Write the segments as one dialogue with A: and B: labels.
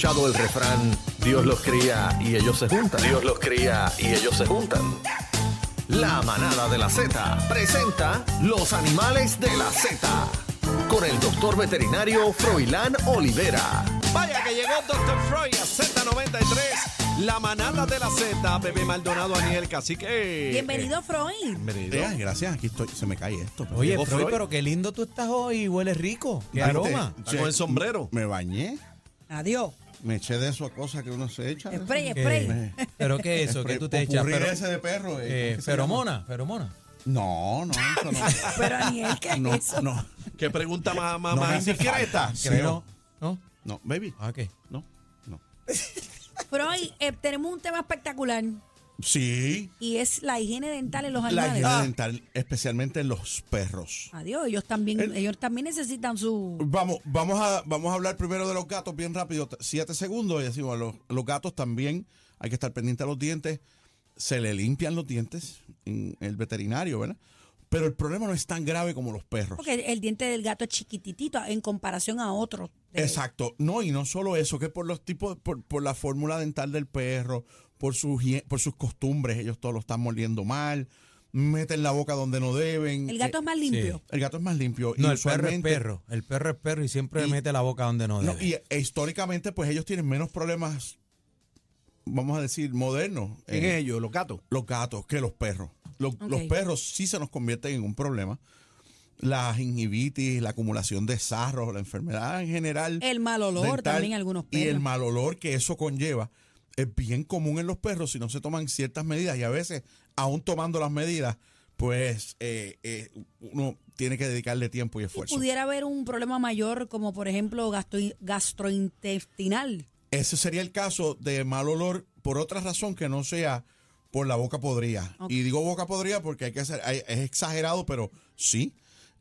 A: escuchado el refrán Dios los cría y ellos se juntan. Dios los cría y ellos se juntan. La manada de la Z presenta los animales de la Z con el doctor veterinario Froilán Olivera.
B: Vaya que llegó Dr. Freud a Z93, la manada de la Z, bebé Maldonado, Aniel Cacique. Eh,
C: eh.
D: Bienvenido, Freud.
C: Gracias, gracias. Aquí estoy. Se me cae esto. pero-
E: Oye,
B: Llegó
E: Freud,
B: Freud.
E: pero qué lindo tú estás hoy, hueles rico. Qué
C: ¿Viste?
E: aroma.
B: Está con el sombrero.
C: Me bañé.
D: Adiós.
C: Me eché de eso a cosas que uno se echa. Eh,
D: Spray,
E: ¿Qué?
D: spray.
E: ¿Pero qué es eso? ¿Qué tú te echas?
C: Popurrí
E: Pero-
C: ese de perro. eh,
E: eh,
C: ¿qué se
E: feromona, feromona.
C: llama? No, no, eso no.
D: Pero Aniel, ¿qué
C: No,
D: es eso?
C: no,
B: Qué pregunta más, más,
C: No me
B: más
C: hace
B: indiscreta.
C: falta.
E: Sí,
C: Creo.
E: ¿No? ¿No?
C: no, baby.
E: Ah, ¿qué?
C: No, no.
D: Freud, eh, tenemos un tema espectacular
C: Sí.
D: y es la higiene dental en los
C: La
D: animales. Ah,
C: higiene dental, especialmente en los perros.
D: Adiós, ellos también,
C: El-
D: ellos también necesitan su...
C: Vamos, vamos, a, vamos a hablar primero de los gatos bien rápido. T- Siete segundos y decimos, los, los gatos también hay que estar pendiente a los dientes. Se le limpian los dientes en el veterinario, ¿verdad? Pero el problema no es tan grave como los perros.
D: Porque el, el diente del gato es chiquititito en comparación a otros. Eh, de-
C: Exacto. No, y no solo eso, que por los tipos, por, por la fórmula dental del perro, por sus, hie- por sus costumbres, ellos todos lo están mordiendo mal, meten la boca donde no deben.
D: El gato
C: Eh,
D: es más limpio.
C: el gato es más limpio. y
E: No, el perro es
C: usualmente-
E: perro. El perro es perro y siempre
C: Y-
E: mete la boca donde no
C: No,
E: debe.
C: y eh, históricamente, pues ellos tienen menos problemas, vamos a decir, modernos.
B: En
C: eh,
B: ellos, los gatos.
C: los gatos que los perros. Los, los perros sí se nos convierten en un problema. La gingivitis, la acumulación de sarros, la enfermedad en general.
D: El mal olor también algunos
C: Y el
D: perros.
C: mal olor que eso conlleva es bien común en los perros si no se toman ciertas medidas y a veces, aún tomando las medidas, pues eh, eh, uno tiene que dedicarle tiempo y
D: Y
C: esfuerzo.
D: pudiera haber un problema mayor como, por ejemplo, gastro- gastrointestinal.
C: Ese sería el caso de mal olor por otra razón que no sea por la boca podrida.
D: Ok.
C: Y digo boca podrida porque hay que hacer, hay- es exagerado, pero sí,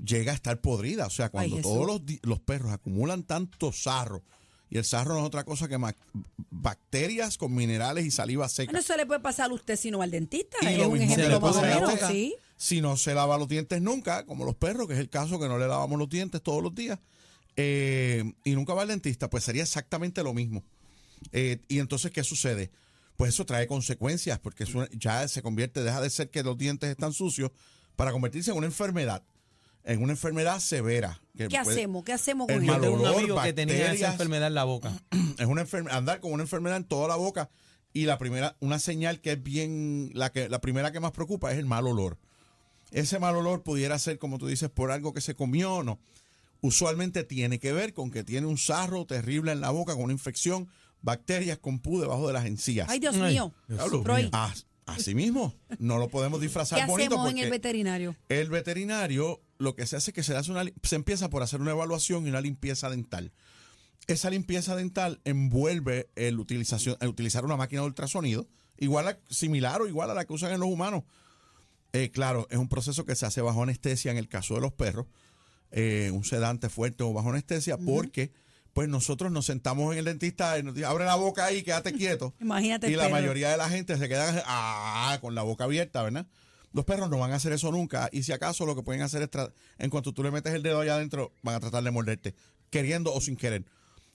C: llega a estar podrida. O sea, cuando
D: Jesús.
C: todos los, di- los perros acumulan tanto sarro, y el sarro no es otra cosa que ma- bacterias con minerales y saliva seca.
D: Bueno, eso le puede pasar a usted si no va al dentista.
C: Y
D: es
C: lo
D: un
C: mismo
E: se
D: ejemplo
E: le
D: más o
E: puede
D: menos,
C: pasar.
D: ¿sí?
C: si no se lava los dientes nunca, como los perros, que es el caso que no le lavamos los dientes todos los días, eh, y nunca va al dentista, pues sería exactamente lo mismo. Eh, y entonces, ¿qué sucede? Pues eso trae consecuencias, porque es una- ya se convierte, deja de ser que los dientes están sucios, para convertirse en una enfermedad, en una enfermedad severa. que
D: ¿Qué
C: puede-
D: hacemos? ¿Qué hacemos
C: el
D: con
E: Yo
D: él?
C: mal
E: tengo un
C: olor,
E: amigo que tenía esa
C: bacterias.
E: enfermedad en la boca.
C: es una enferme- andar con una enfermedad en toda la boca y la primera una señal que es bien la que la primera que más preocupa es el mal olor ese mal olor pudiera ser como tú dices por algo que se comió o no usualmente tiene que ver con que tiene un sarro terrible en la boca con una infección bacterias con pus debajo de las encías
D: Ay, Dios
E: Ay,
D: mío.
E: Dios
C: Diablo.
D: Freud.
C: Ah, así mismo no lo podemos
D: ¿Qué
C: disfrazar bonito
D: hacemos en el
C: porque-
D: veterinario?
C: el veterinario lo que se hace es que se, le hace una, li- se empieza por hacer una evaluación y una limpieza dental. Esa limpieza dental envuelve el, utilización, el utilizar una máquina de ultrasonido, igual a- similar o igual a la que usan en los humanos. Eh, claro, es un proceso que se hace bajo anestesia en el caso de los perros, eh, un sedante fuerte o bajo anestesia, porque pues nosotros nos sentamos en el dentista y nos dice, abre la boca ahí, quédate quieto.
D: Imagínate
C: Y
D: el
C: la
D: perro.
C: mayoría de la gente se quedan ah, con la boca abierta, ¿verdad? Los perros no van a hacer eso nunca. Y si acaso lo que pueden hacer es, tra- en cuanto tú le metes el dedo allá adentro, van a tratar de morderte, queriendo o sin querer.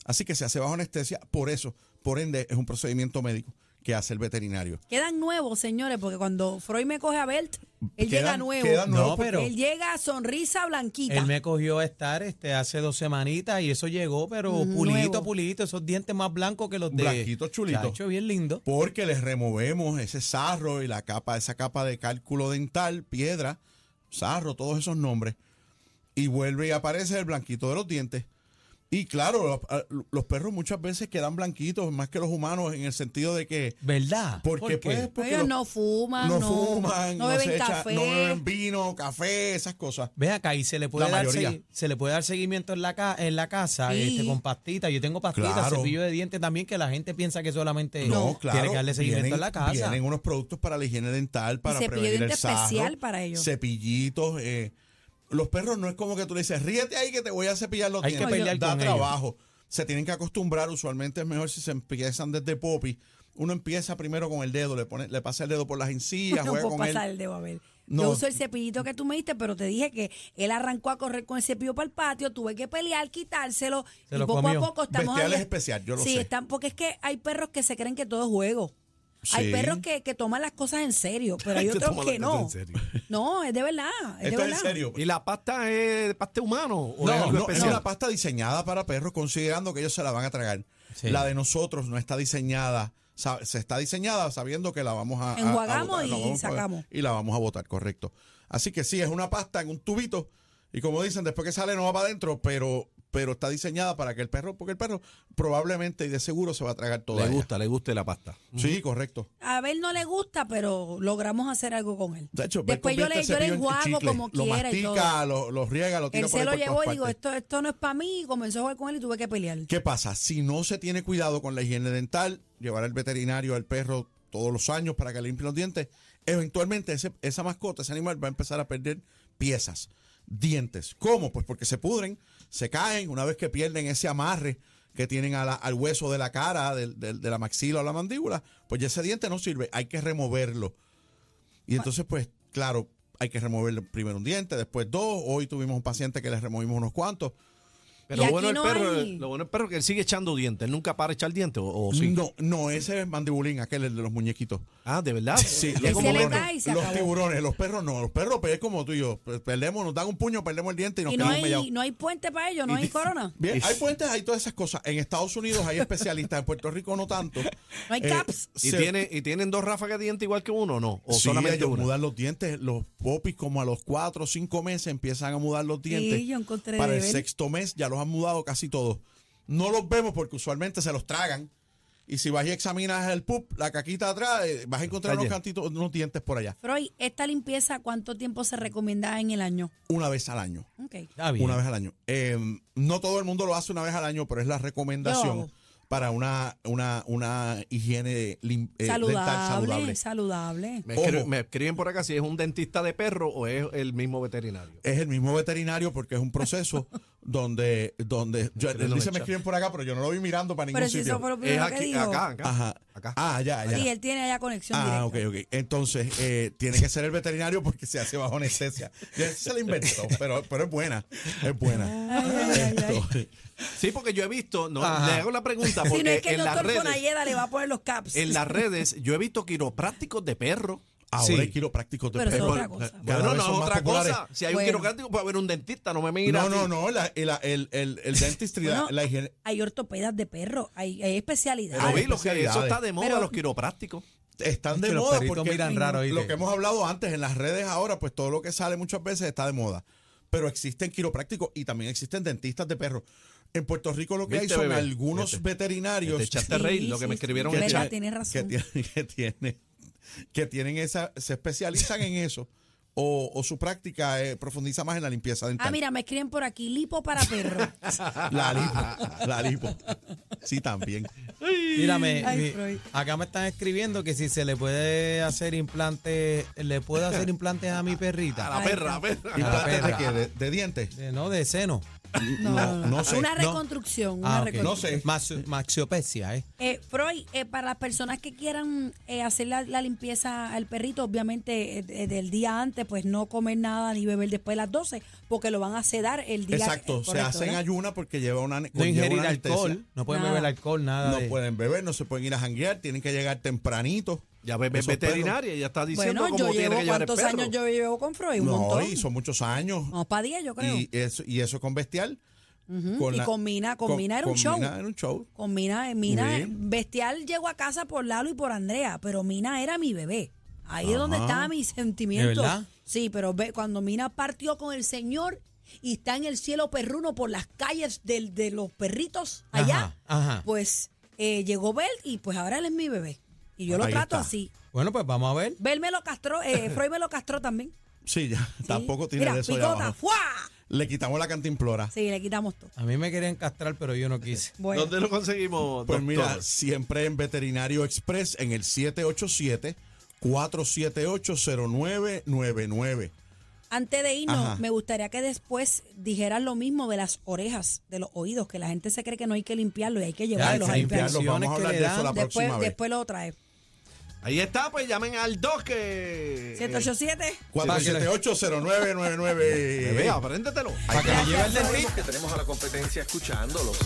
C: Así que se hace bajo anestesia, por eso, por ende, es un procedimiento médico que hace el veterinario.
D: Quedan nuevos, señores, porque cuando Freud me coge a Bert, él
C: Quedan-
D: llega nuevo.
C: quedan
E: No, nuevos porque- pero-
D: Él llega a sonrisa blanquita.
E: Él me cogió a estar este, hace dos semanitas y eso llegó, pero
D: Mm,
E: pulito,
D: nuevo.
E: pulito, esos dientes más blancos que los de...
C: Blanquito, chulito.
E: Chacho, bien lindo.
C: Porque les removemos ese sarro y la capa, esa capa de cálculo dental, piedra, sarro, todos esos nombres. Y vuelve y aparece el blanquito de los dientes. Y claro, los, a- los perros muchas veces quedan blanquitos más que los humanos en el sentido de que.
E: ¿Verdad?
C: Porque,
E: ¿Por qué?
C: pues, porque
D: ellos
C: los-
D: no fuman,
C: no
D: no,
C: fuman,
D: no
C: no,
D: beben
C: se echa-
D: café.
C: no beben vino, café, esas cosas.
E: Ve acá y se le puede
C: La
E: dar
C: mayoría.
E: segui- se le puede dar seguimiento en la ca- en la casa
D: Sí.
E: este, con pastitas. Yo tengo pastitas,
C: Claro.
E: cepillo de dientes también que la gente piensa que solamente
C: No, claro.
E: tiene que darle seguimiento
C: vienen,
E: en la casa.
C: Vienen unos productos para la higiene dental, para
D: cepillo de
C: prevenir el
D: dientes
C: sarro.
D: especial para ellos.
C: Cepillitos. eh, los perros no es como que tú le dices, ríete ahí que te voy a cepillar los
E: Hay que
C: dientes.
E: pelear
C: da
E: con
C: trabajo. Se tienen que acostumbrar. Usualmente es mejor si se empiezan desde popi uno empieza primero con el dedo, le pone, le pasa el dedo por las encías,
D: No
C: juega
D: puedo
C: con él.
D: pasar pues el dedo, a ver.
C: No.
D: Yo uso el cepillito que tú me diste, pero te dije que él arrancó a correr con el cepillo para el patio, tuve que pelear, quitárselo,
E: Se
D: y
E: lo
D: poco
E: comió.
D: a poco estamos...
C: Bestial
D: ahí-
C: es especial, yo lo
D: sí,
C: sé.
D: están- porque es que hay perros que se creen que todo es juego. Hay
C: Sí.
D: perros que, que toman las cosas en serio, pero hay
B: Te
D: otros
B: toman
D: que
B: las
D: no.
B: cosas en serio.
D: No, es de verdad, es de
C: Esto es en
D: verdad.
C: serio.
B: ¿Y la pasta es pasta humano? ¿O es
C: No,
B: algo
C: no, es
B: especial?
C: una pasta diseñada para perros, considerando que ellos se la van a tragar.
E: Sí.
C: La de nosotros no está diseñada. sa- Se está diseñada sabiendo que la vamos a. a- a
D: Enjuagamos
C: botar,
D: y
C: la vamos a-
D: sacamos.
C: Y la vamos a botar, correcto. Así que sí, es una pasta en un tubito. Y como dicen, después que sale no va para adentro, pero, pero está diseñada para que el perro, porque el perro probablemente y de seguro se va a tragar toda
B: Le
C: ella.
B: gusta, le gusta la pasta.
C: Sí, correcto.
D: A ver, no le gusta, pero logramos hacer algo con él.
C: De hecho, ve,
D: Después yo
C: convierte
D: le,
C: el
D: yo le
C: cepillo en
D: enjuago
C: chicle.
D: como
C: lo
D: quiera y todo.
C: mastica, lo, lo riega, lo tira
D: Él
C: por
D: se
C: ahí
D: lo
C: por
D: llevó
C: todas
D: y digo,
C: partes.
D: esto, esto no es para mí, y comenzó a jugar con él y tuve que pelear.
C: ¿Qué pasa? Si no se tiene cuidado con la higiene dental, llevar al veterinario al perro todos los años para que le limpie los dientes, eventualmente ese- esa mascota, ese animal va a empezar a perder piezas, dientes. ¿Cómo? Pues porque se pudren, se caen, una vez que pierden ese amarre que tienen a la- al hueso de la cara, del- del- de la maxila o la mandíbula, pues ya ese diente no sirve, hay que removerlo. Y entonces, pues, claro, hay que removerle primero un diente, después dos. Hoy tuvimos un paciente que le removimos unos cuantos.
B: Pero lo
D: Y aquí
B: bueno, del
D: no
B: perro,
D: hay.
B: lo bueno del perro es que él sigue echando dientes. Él nunca para de echar dientes. ¿O, o sí?
C: No, no, ese es mandibulín, aquel el de los muñequitos.
B: Ah, ¿de verdad?
C: Sí,
D: Él
C: los,
D: se le
C: tiburones,
D: da y se
C: los
D: acabó.
C: tiburones, los perros no, los perros pues, es como tú y yo, pues, perdemos, nos dan un puño, perdemos el diente y nos
D: Y no
C: quedamos
D: hay,
C: mellados.
D: no hay puente para ello, no hay corona.
C: Bien, hay puentes, hay todas esas cosas. En Estados Unidos hay especialistas, en Puerto Rico no tanto.
D: No hay
C: Eh,
D: caps.
B: ¿Y,
C: se-
B: tiene, ¿Y tienen dos ráfagas de dientes igual que uno o no? ¿O
C: sí,
B: solamente
C: ellos
B: uno?
C: mudan los dientes, los popis como a los cuatro o cinco meses empiezan a mudar los dientes.
D: yo encontré
C: Para
D: de
C: el
D: ver.
C: sexto mes ya los han mudado casi todos. No los vemos porque usualmente se los tragan. Y si vas y examinas el pup, la caquita atrás, eh, vas a encontrar unos
B: lleno.
C: cantitos, unos dientes por allá.
D: Freud, ¿esta limpieza cuánto tiempo se recomienda en el año?
C: Una vez al año.
D: Ok.
E: Está bien.
C: Una vez al año. Eh, no todo el mundo lo hace una vez al año, pero es la
D: Yo lo
C: recomendación
D: hago.
C: para una, una, una higiene lim- eh, dental
D: saludable,
C: saludable.
D: saludable.
B: Me,
C: Ojo.
B: escri- me escriben por acá si es un dentista de perro o es el mismo veterinario.
C: Es el mismo veterinario porque es un proceso donde, donde yo-
B: creo que
C: él
B: no
C: dice
B: me
C: me
B: echa.
C: escriben por acá, pero yo no lo vi mirando para ningún
D: Pero si
C: sitio.
D: eso fue lo
B: Es
D: primero que
B: aquí,
D: dijo.
B: acá, acá.
C: Ajá.
B: acá.
C: Ah, ya, ya.
D: Sí, él tiene allá conexión
C: Ah, ok,
D: directa.
C: ok. Entonces, eh, tiene que ser el veterinario porque se hace bajo anestesia. Ya se la inventó, pero, pero es buena. Es buena.
D: Ay, ay, ay, ay.
C: Entonces,
B: Sí, porque yo he visto, no,
E: Ajá.
B: le hago la pregunta porque
D: Si no es que el
B: en las
D: doctor
B: redes,
D: Fonalleda le va a poner los caps.
B: en las redes yo he visto quiroprácticos de perro.
C: ahora
B: Sí.
C: hay quiroprácticos de
D: Pero eso es
C: perro.
D: otra cosa.
C: Cada
B: Bueno,
C: vez
B: no es
C: son más
B: otra
C: populares.
B: cosa. Si hay un
D: Bueno.
B: quiropráctico puede haber un dentista, no me mira.
C: No,
B: a ti.
C: no, no, la, el, el, el, el dentistry, la-
D: Bueno,
C: la, higiene.
D: Hay ortopedas de perro, hay, hay especialidades.
B: Pero vi
C: hay
B: lo que eso
C: especialidades.
B: está de moda,
D: Pero-
B: los quiroprácticos.
C: Están
E: Es
C: de
E: que los
C: moda
E: perritos
C: porque
E: miran raro, ¿oíste?
C: lo que hemos hablado antes en las redes ahora, pues todo lo que sale muchas veces está de moda. Pero existen quiroprácticos y también existen dentistas de perros. En Puerto Rico lo que hay
B: Viste,
C: son
B: bebé.
C: algunos
E: Este,
B: Viste.
C: veterinarios
B: Te echaste a reír,
D: Sí,
B: lo que me
D: sí,
B: escribieron
D: sí,
B: en el
D: verdad,
B: chat.
C: tiene-
D: tienes razón.
C: Que tienen, que tienen, que tienen esa, se especializan en eso. O, o su práctica eh, profundiza más en la limpieza dental.
D: Ah, mira, me escriben por aquí, lipo para perro.
C: La lipo, la lipo. Sí, también.
E: Mira, me-
D: Ay,
E: mi-
D: Freud.
E: acá me están escribiendo que si se le puede hacer implantes, le puedo hacer implantes a mi
B: A
E: perrita.
B: la
D: Ay,
B: perra, a la
D: no.
B: perra.
C: ¿Y
E: perra.
C: de qué? ¿De, de dientes?
E: Eh, no, de seno.
D: No, no, no.
C: no sé,
D: Una
C: no.
D: reconstrucción, una
E: Ah, ok.
D: reconstrucción.
C: No sé.
E: Maxio- Maxiopecia, ¿eh?
D: Eh, Freud, eh, para las personas que quieran eh, hacer la, la limpieza al perrito, obviamente eh, eh, del día antes, pues no comer nada ni beber después de las 12, porque lo van a sedar el día
C: Exacto,
D: eh,
C: se
D: correcto,
C: hacen
D: ¿verdad?
C: ayuna porque lleva una
E: No
C: conlleva
E: ingerir
C: una anestesia.
E: alcohol, no pueden
D: Nada.
E: beber alcohol, nada.
C: No
E: de-
C: pueden beber, no se pueden ir a janguear, tienen que llegar tempranito.
B: Ya ves, ves
C: Esos
B: veterinaria, ya está diciendo
D: Bueno,
B: cómo
D: yo
B: tiene
D: llevo,
B: que llevar el
D: ¿cuántos
B: perro.
D: años yo llevo con Freud?
C: perros.
D: Un
C: No,
D: montón.
C: y son muchos años.
D: Vamos para 10, yo creo.
C: y,
D: Y,
C: eso, y eso con bestial.
D: y con Mina- con Mina era un
C: con
D: show.
C: Mina era un show.
D: con Mina, eh, Mina,
C: Sí.
D: eh, Bestial llegó a casa por Lalo y por Andrea, pero Mina era mi bebé. Ahí es donde estaba mi
E: ¿De
D: sentimiento.
E: verdad?
D: Sí, pero ve, cuando Mina partió con el Señor y está en el cielo perruno por las calles del- de los perritos allá,
E: Ajá, ajá.
D: pues eh, llegó Bel y pues ahora él es mi bebé. Y yo lo
C: Ahí
D: trato
C: está.
D: así.
E: Bueno, pues vamos a ver.
D: Bel me lo castró, eh, Freud me lo castró también.
C: Sí, ya,
D: Sí.
C: tampoco tiene
D: Mira,
C: de eso allá
D: picota,
C: abajo.
D: ¡fua!
C: Le quitamos la cantimplora.
D: Sí, le quitamos todo.
E: A mí me querían castrar, pero yo no quise.
D: Bueno,
B: ¿Dónde lo conseguimos,
C: Pues mira,
B: doctor?
C: siempre en Veterinario Express en el 787 478 0999.
D: Antes de irnos,
C: Ajá.
D: me gustaría que después dijeras lo mismo de las orejas, de los oídos, que la gente se cree que no hay que limpiarlo y hay que llevarlos
E: hay
D: al
E: que
D: perro.
E: limpiarlo.
C: Limpiarlo, vamos a hablar de eso la
D: Después,
C: próxima vez.
D: después lo traes.
B: Ahí está, pues llamen al 2 que.
D: 787.
C: 4780999.
B: Bebé, apréndetelo.
E: Para que me lleve al
A: Sabemos
E: dentista.
A: que tenemos a la competencia escuchándolos.